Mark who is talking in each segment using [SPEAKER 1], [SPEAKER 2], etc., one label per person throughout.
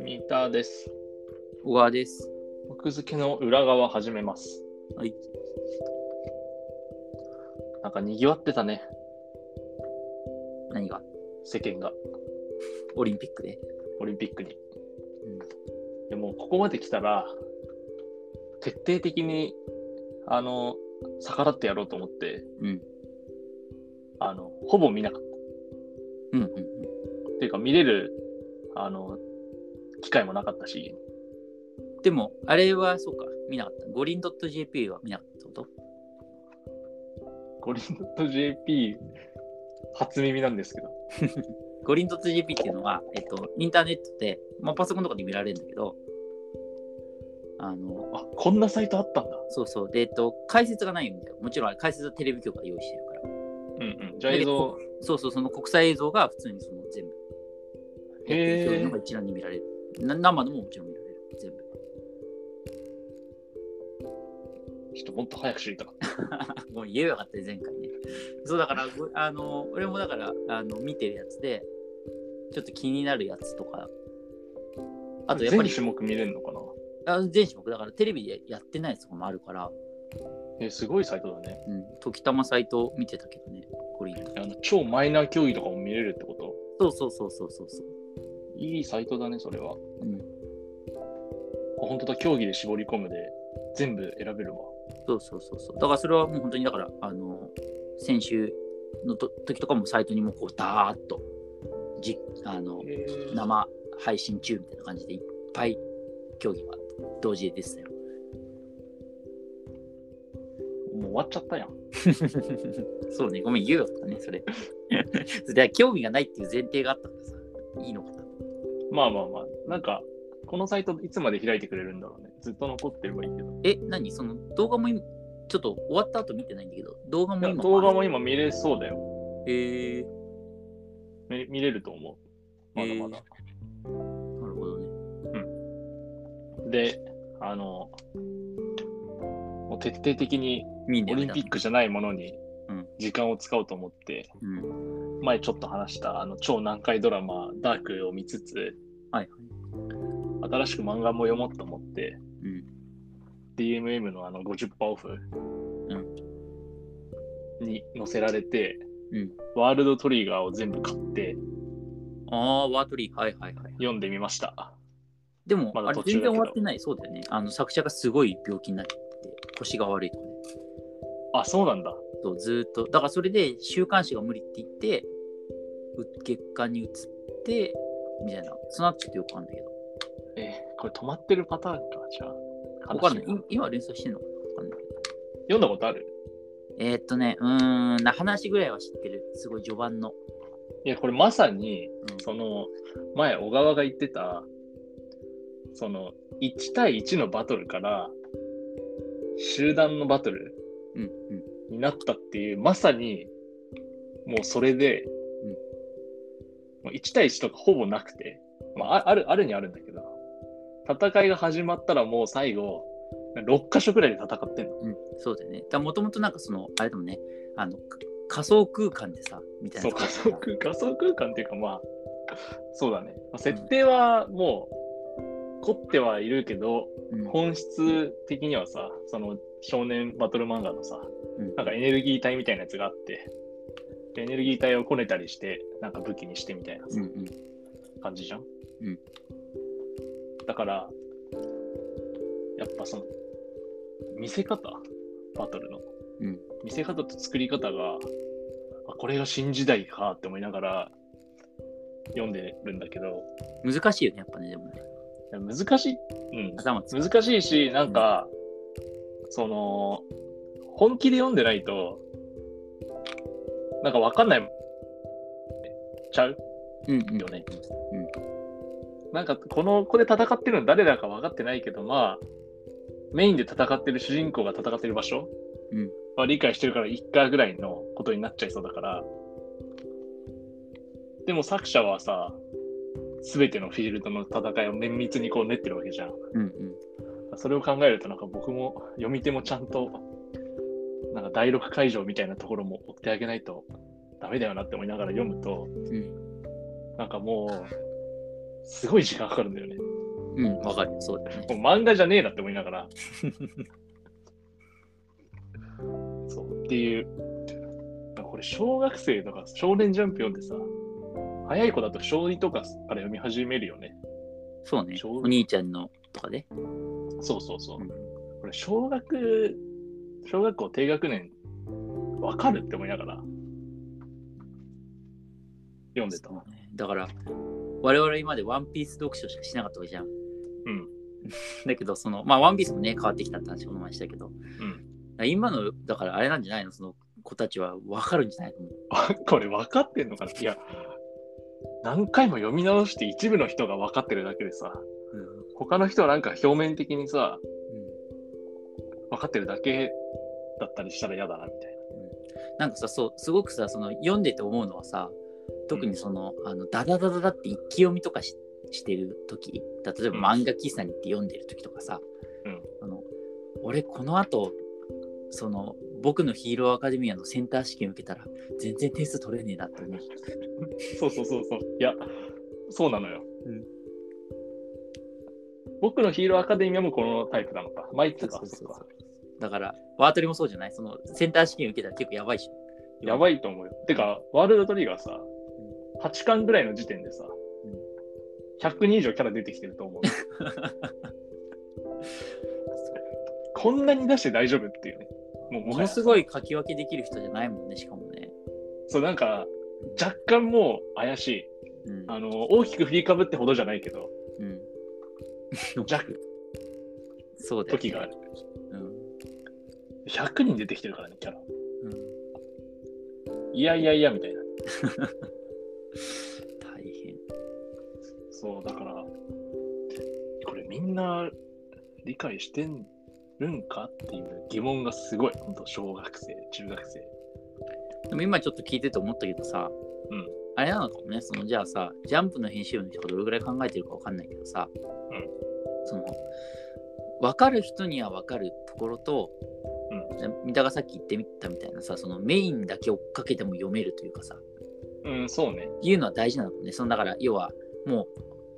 [SPEAKER 1] 三田です。
[SPEAKER 2] 小川です。
[SPEAKER 1] 奥付けの裏側始めます。
[SPEAKER 2] はい。
[SPEAKER 1] なんか賑わってたね、
[SPEAKER 2] 何が
[SPEAKER 1] 世間が、
[SPEAKER 2] オリンピックで。
[SPEAKER 1] オリンピックに。でも、ここまで来たら、徹底的に、あの、逆らってやろうと思って、
[SPEAKER 2] うん。
[SPEAKER 1] あの、ほぼ見なかっ
[SPEAKER 2] うんうんうん。
[SPEAKER 1] た。っていうか、見れる、あの、機会もなかったし、
[SPEAKER 2] でも、あれはそうか、見なかった。五輪 .jp は見なかったってこ
[SPEAKER 1] ゴリンドット JP、初耳なんですけど。
[SPEAKER 2] と五輪 .jp っていうのは、えっと、インターネットで、まあ、パソコンとかで見られるんだけど、あの、
[SPEAKER 1] あ、こんなサイトあったんだ。
[SPEAKER 2] そうそう。で、えっと、解説がないんだよ。もちろん、解説はテレビ局が用意してるから。
[SPEAKER 1] うんうん。じゃあ映像、
[SPEAKER 2] そうそう、その国際映像が普通にその全部。
[SPEAKER 1] へー
[SPEAKER 2] やってるのが一覧に見られる。な生のももちろん見られる。全部。
[SPEAKER 1] ちょっともっと早く知りたかった。
[SPEAKER 2] もう言えばよかったね前回ね。そうだから、ごあの、俺もだから、あの、見てるやつで、ちょっと気になるやつとか、あとやっぱり
[SPEAKER 1] 全、種目見れるのかな
[SPEAKER 2] あ全種目、だからテレビでやってないやつとかもあるから、
[SPEAKER 1] えすごいサイトだね。
[SPEAKER 2] うん、時たまサイト見てたけどね、これ。
[SPEAKER 1] あの超マイナー競技とかも見れるってこと
[SPEAKER 2] そうそうそうそうそうそう。
[SPEAKER 1] いいサイトだね、それは。
[SPEAKER 2] うん、
[SPEAKER 1] 本当だ、競技で絞り込むで、全部選べるわ。
[SPEAKER 2] そうそうそうそう。だからそれはもう本当に、だから、あの、先週のと時とかもサイトにもこう、ダーッと、じあの、生配信中みたいな感じでいっぱい競技が同時で出てたよ。
[SPEAKER 1] もう終わっちゃったやん。
[SPEAKER 2] そうね、ごめん、言うよったね、それ。 それで興味がないっていう前提があったからさ、いいのかな。
[SPEAKER 1] まあまあまあ、なんか、このサイトいつまで開いてくれるんだろうね。ずっと残ってればいいけど。
[SPEAKER 2] え、何その動画も今、ちょっと終わった後見てないんだけど、動画も
[SPEAKER 1] いや
[SPEAKER 2] 今。
[SPEAKER 1] 動画も今見れそうだよ。
[SPEAKER 2] えー、
[SPEAKER 1] 見見れると思う。まだまだ。
[SPEAKER 2] なるほどね。
[SPEAKER 1] で、あの、もう徹底的に
[SPEAKER 2] 見んだ
[SPEAKER 1] オ
[SPEAKER 2] よ
[SPEAKER 1] リンピックじゃないものに
[SPEAKER 2] うん
[SPEAKER 1] 時間を使おうと思って、
[SPEAKER 2] うん。
[SPEAKER 1] 前ちょっと話したあの超難解ドラマ「ダーク」を見つつ
[SPEAKER 2] はいはい。
[SPEAKER 1] 新しく漫画も読もうと思って
[SPEAKER 2] うん。
[SPEAKER 1] DMM のあの50%オフに載せられて、
[SPEAKER 2] うん
[SPEAKER 1] ワールドトリガーを全部買って
[SPEAKER 2] あー、ワートリー。はいはいはい。
[SPEAKER 1] 読んでみました
[SPEAKER 2] でも、
[SPEAKER 1] まだ
[SPEAKER 2] あれ
[SPEAKER 1] 途中だ
[SPEAKER 2] 全
[SPEAKER 1] けど
[SPEAKER 2] 然終わってない、そうだよね。あの作者がすごい病気になって、腰が悪いとかね。
[SPEAKER 1] あそうなんだ
[SPEAKER 2] そうずーっとだからそれで週刊誌が無理って言ってう月間に移ってみたいなその後ちょっとよくわかんないけど
[SPEAKER 1] えーこれ止まってるパターンかじゃあ
[SPEAKER 2] わかんない
[SPEAKER 1] 話が
[SPEAKER 2] い今連載してんのかなわかんないけど
[SPEAKER 1] 読んだことある
[SPEAKER 2] えー、っとねうーんな話ぐらいは知ってるすごい序盤の、
[SPEAKER 1] いやこれまさに
[SPEAKER 2] うん
[SPEAKER 1] その前小川が言ってたその1対1のバトルから集団のバトル
[SPEAKER 2] うんうん
[SPEAKER 1] になったっていうまさにもうそれで、
[SPEAKER 2] うん
[SPEAKER 1] もう1対1とかほぼなくて、まあ、ああるあるにはあるんだけど戦いが始まったらもう最後6か所ぐらいで戦ってんの
[SPEAKER 2] うん、そうだよねだもともとなんかそのあれでもんねあのか仮想空間でさみたい
[SPEAKER 1] そ
[SPEAKER 2] な
[SPEAKER 1] う仮想空仮想空間っていうかまあそうだね、まあ設定はもう凝ってはいるけど、
[SPEAKER 2] うん
[SPEAKER 1] 本質的にはさその少年バトル漫画のさ、
[SPEAKER 2] うん
[SPEAKER 1] なんかエネルギー体みたいなやつがあってでエネルギー体をこねたりしてなんか武器にしてみたいな
[SPEAKER 2] う
[SPEAKER 1] さ
[SPEAKER 2] んうん
[SPEAKER 1] 感じじゃん、
[SPEAKER 2] うん
[SPEAKER 1] だからやっぱその見せ方バトルの、
[SPEAKER 2] うん
[SPEAKER 1] 見せ方と作り方があこれが新時代かって思いながら読んでるんだけど
[SPEAKER 2] 難しいよねやっぱねでもね
[SPEAKER 1] いや難しい、うん、
[SPEAKER 2] 頭つ
[SPEAKER 1] 難しいし、なんか、その、本気で読んでないと、なんかわかんない、ちゃう
[SPEAKER 2] うんうん
[SPEAKER 1] よねなんか、この子で戦ってるの誰だか分かってないけど、まあ、メインで戦ってる主人公が戦ってる場所
[SPEAKER 2] うん
[SPEAKER 1] は理解してるから1回ぐらいのことになっちゃいそうだから、でも作者はさ、すべてのフィールドの戦いを綿密にこう練ってるわけじゃん。
[SPEAKER 2] うんうん
[SPEAKER 1] それを考えると、なんか僕も読み手もちゃんと、なんか第6会場みたいなところも追ってあげないとダメだよなって思いながら読むと、
[SPEAKER 2] うん。
[SPEAKER 1] なんかもう、すごい時間かかるんだよね。
[SPEAKER 2] うん、わかる。そうだよね。
[SPEAKER 1] もう漫画じゃねえなって思いながら。そうっていう。これ、小学生とか少年ジャンプ読んでさ、早い子だと小2とかから読み始めるよね。
[SPEAKER 2] そうね。
[SPEAKER 1] 小
[SPEAKER 2] お兄ちゃんのとかで。
[SPEAKER 1] そうそうそうう。
[SPEAKER 2] ん
[SPEAKER 1] これ、小学、小学校低学年、わかるって思いながら、読んでた。
[SPEAKER 2] そうねだから、我々今までワンピース読書しかしなかったわけじゃん。
[SPEAKER 1] うん。
[SPEAKER 2] だけど、その、まあ、ワンピースもね、変わってきたって話この前したけど、
[SPEAKER 1] うん。
[SPEAKER 2] 今の、だからあれなんじゃないのその子たちはわかるんじゃない の
[SPEAKER 1] これ、分かってんのかないや、何回も読み直して一部の人が分かってるだけでさ、
[SPEAKER 2] うん
[SPEAKER 1] 他の人はなんか表面的にさ、分かってるだけだったりしたら嫌だなみたい
[SPEAKER 2] なんかさそうすごくさその読んでて思うのはさ特にその,、あのダダダダダって一気読みとかししてる時例えば
[SPEAKER 1] うん
[SPEAKER 2] 漫画喫茶に行って読んでる時とかさ、
[SPEAKER 1] うん
[SPEAKER 2] あの俺この後その僕のヒーローアカデミアのセンター試験受けたら全然点数取れねえなって思う。
[SPEAKER 1] な。そうそうそうそう。いや、そうなのよ。
[SPEAKER 2] うん
[SPEAKER 1] 僕のヒーローアカデミアもこのタイプなのか。毎日か。そっか
[SPEAKER 2] だからワートリもそうじゃないそのセンター試験受けたら結構やばいっしょ。
[SPEAKER 1] やばいと思うよ。てか、ワールドトリガーさ、8巻ぐらいの時点でさ、100人以上キャラ出てきてると 思う。こんなに出して大丈夫っていうね。もうも
[SPEAKER 2] も
[SPEAKER 1] はや
[SPEAKER 2] のすごい書き分けできる人じゃないもんねしかもね。
[SPEAKER 1] そう、なんか、若干もう怪しい。
[SPEAKER 2] うん
[SPEAKER 1] あの、大きく振りかぶってほどじゃないけど、
[SPEAKER 2] うん。
[SPEAKER 1] 弱
[SPEAKER 2] そうだよね
[SPEAKER 1] 時がある。
[SPEAKER 2] うん
[SPEAKER 1] 100人出てきてるからね、キャラ。
[SPEAKER 2] うん、
[SPEAKER 1] いやいやいや、みたいな。
[SPEAKER 2] 大変。
[SPEAKER 1] そう、だから、これみんな理解してるんかっていう疑問がすごい。本当小学生、中学生。
[SPEAKER 2] でも今ちょっと聞いてて思ったけどさ、
[SPEAKER 1] うん
[SPEAKER 2] あれなのかもね、そのじゃあさ、ジャンプの編集部の人がどれぐらい考えてるかわかんないけどさ、
[SPEAKER 1] ん
[SPEAKER 2] その、分かる人には分かるところと、三田がさっき言ってみたみたいなさ、そのメインだけ追っかけても読めるというかさ、
[SPEAKER 1] うん、そうね。
[SPEAKER 2] いうのは大事なのかもね。そのだから、要は、も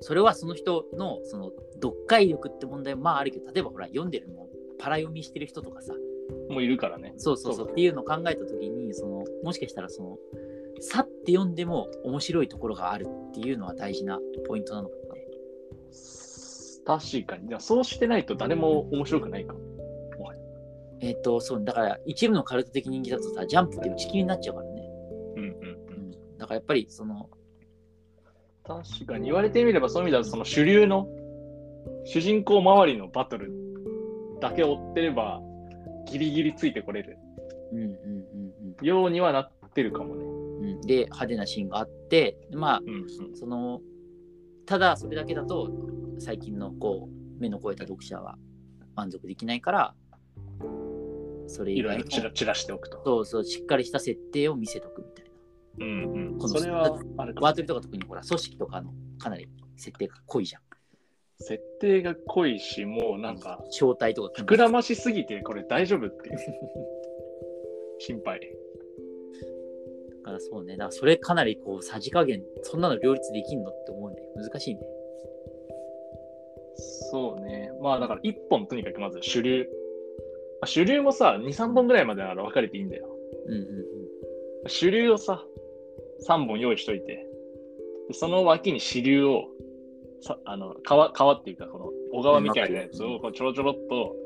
[SPEAKER 2] う、それはその人の、その、読解力って問題もまああるけど、例えばほら、読んでるのをパラ読みしてる人とかさ、
[SPEAKER 1] もういるからね。
[SPEAKER 2] そうそうそ
[SPEAKER 1] そうう
[SPEAKER 2] っていうのを考えた時にそのもしかしたらそのさって読んでも面白いところがあるっていうのは大事なポイントなのかもね。
[SPEAKER 1] 確かに。いやそうしてないと誰も面白くないかも。
[SPEAKER 2] えっ、とそうだから一部のカルト的人気だとさジャンプって打ち切りになっちゃうからね。
[SPEAKER 1] うんうん
[SPEAKER 2] うん、だからやっぱりその
[SPEAKER 1] 確かに言われてみればそういう意味ではその主流の主人公周りのバトルだけ追ってればギリギリついてこれる
[SPEAKER 2] うんうんうん
[SPEAKER 1] ようにはなってるかもね。
[SPEAKER 2] うんうんで派手なシーンがあってまあ
[SPEAKER 1] うんうん、
[SPEAKER 2] そのただそれだけだと最近のこう目の肥えた読者は満足できないからそれ以
[SPEAKER 1] いろい
[SPEAKER 2] 外
[SPEAKER 1] ろチ
[SPEAKER 2] の
[SPEAKER 1] ラチラしておくと。
[SPEAKER 2] そうそうしっかりした設定を見せとくみたいな。
[SPEAKER 1] うん
[SPEAKER 2] この
[SPEAKER 1] それはあれか
[SPEAKER 2] ワートリとか特にほら組織とかのかなり設定が濃いじゃん。
[SPEAKER 1] 設定が濃いし、もうなんか、
[SPEAKER 2] 招待とか
[SPEAKER 1] 膨らましすぎて、これ大丈夫って いう。心配。
[SPEAKER 2] だからそうね。だからそれかなりこうさじ加減そんなの両立できんのって思うね。難しいね。
[SPEAKER 1] そうね。まあだから、1本とにかくまず主流。あ主流もさ、2、3本ぐらいまでなら分かれていいんだよ。
[SPEAKER 2] うんうん
[SPEAKER 1] 主流をさ、3本用意しといて、でその脇に支流を、さあの川川っていうか、この小川みたいなやつをこうちょろちょろっと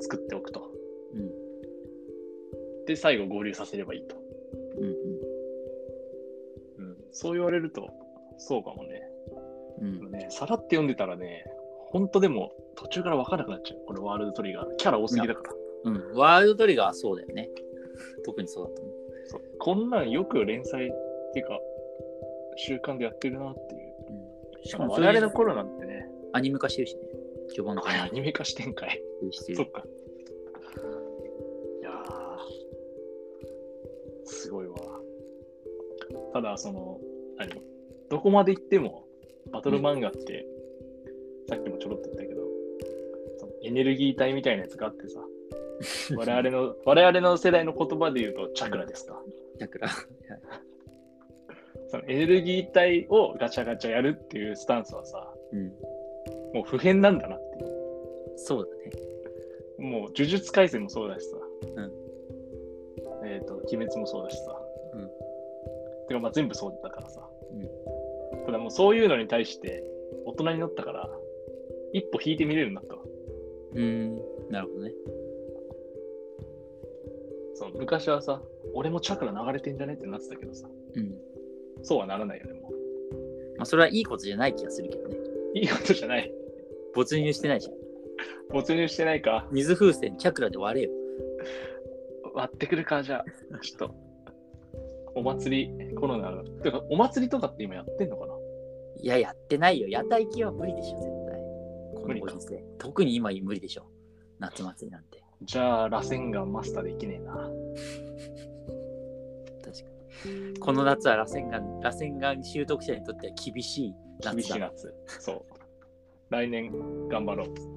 [SPEAKER 1] 作っておくと。
[SPEAKER 2] うんうん
[SPEAKER 1] で、最後合流させればいいと。
[SPEAKER 2] うん
[SPEAKER 1] うん、そう言われると、そうかもね。
[SPEAKER 2] うん
[SPEAKER 1] でもね、さらって読んでたらね、本当でも途中から分からなくなっちゃう。このワールドトリガー。キャラ多すぎだから。
[SPEAKER 2] うんうん。ワールドトリガーはそうだよね。特にそうだと思う。
[SPEAKER 1] そうこんなんよく連載っていうか、週刊でやってるなっていう。
[SPEAKER 2] うん、
[SPEAKER 1] し
[SPEAKER 2] し
[SPEAKER 1] か
[SPEAKER 2] かも
[SPEAKER 1] も
[SPEAKER 2] そ
[SPEAKER 1] 我々
[SPEAKER 2] れ
[SPEAKER 1] の頃なんてね、
[SPEAKER 2] アニメ化してるしね。序盤
[SPEAKER 1] こ
[SPEAKER 2] か
[SPEAKER 1] れ
[SPEAKER 2] ら
[SPEAKER 1] アニメ化してんかい。
[SPEAKER 2] して
[SPEAKER 1] そ
[SPEAKER 2] る
[SPEAKER 1] っ。か。いやーすごいわ。ただ、その、何どこまで行っても、バトル漫画って、さっきもちょろっと言ったけど、そのエネルギー体みたいなやつがあってさ、我々の、 我々の世代の言葉で言うと、チャクラですか。
[SPEAKER 2] だから、
[SPEAKER 1] そのエネルギー体をガチャガチャやるっていうスタンスはさ、
[SPEAKER 2] うん、
[SPEAKER 1] もう普遍なんだなっていう。
[SPEAKER 2] そうだね。
[SPEAKER 1] もう呪術廻戦もそうだしさ。
[SPEAKER 2] うん
[SPEAKER 1] えっ、と、鬼滅もそうだしさ。
[SPEAKER 2] うん
[SPEAKER 1] てか、まあ全部そうだからさ。
[SPEAKER 2] う
[SPEAKER 1] ただもうそういうのに対して、大人になったから、一歩引いてみれるようになったわ。
[SPEAKER 2] うん、なるほどね。
[SPEAKER 1] その昔はさ、俺もチャクラ流れてんじゃねってなってたけどさ、
[SPEAKER 2] うん。
[SPEAKER 1] そうはならないよね、もう。
[SPEAKER 2] まあ、それはいいことじゃない気がするけどね。
[SPEAKER 1] いいことじゃない。
[SPEAKER 2] 没入してないじゃん。
[SPEAKER 1] 没入してないか。
[SPEAKER 2] 水風船、チャクラで割れよ。
[SPEAKER 1] 割ってくるか、じゃあ。ちょっと。お祭り、コロナが。てか、お祭りとかって今やってんのかない
[SPEAKER 2] や、やってないよ。屋台系は無理でしょ、絶対。こ
[SPEAKER 1] 無
[SPEAKER 2] の
[SPEAKER 1] 理
[SPEAKER 2] ご
[SPEAKER 1] か
[SPEAKER 2] 時世。特に今無理でしょ。夏祭りなんて。
[SPEAKER 1] じゃあ、螺旋がマスターできねえな。
[SPEAKER 2] 確かに。この夏は螺旋岩、螺旋岩習得者にとっては厳しい夏だ。
[SPEAKER 1] 厳しい夏。そう。来年、頑張ろう。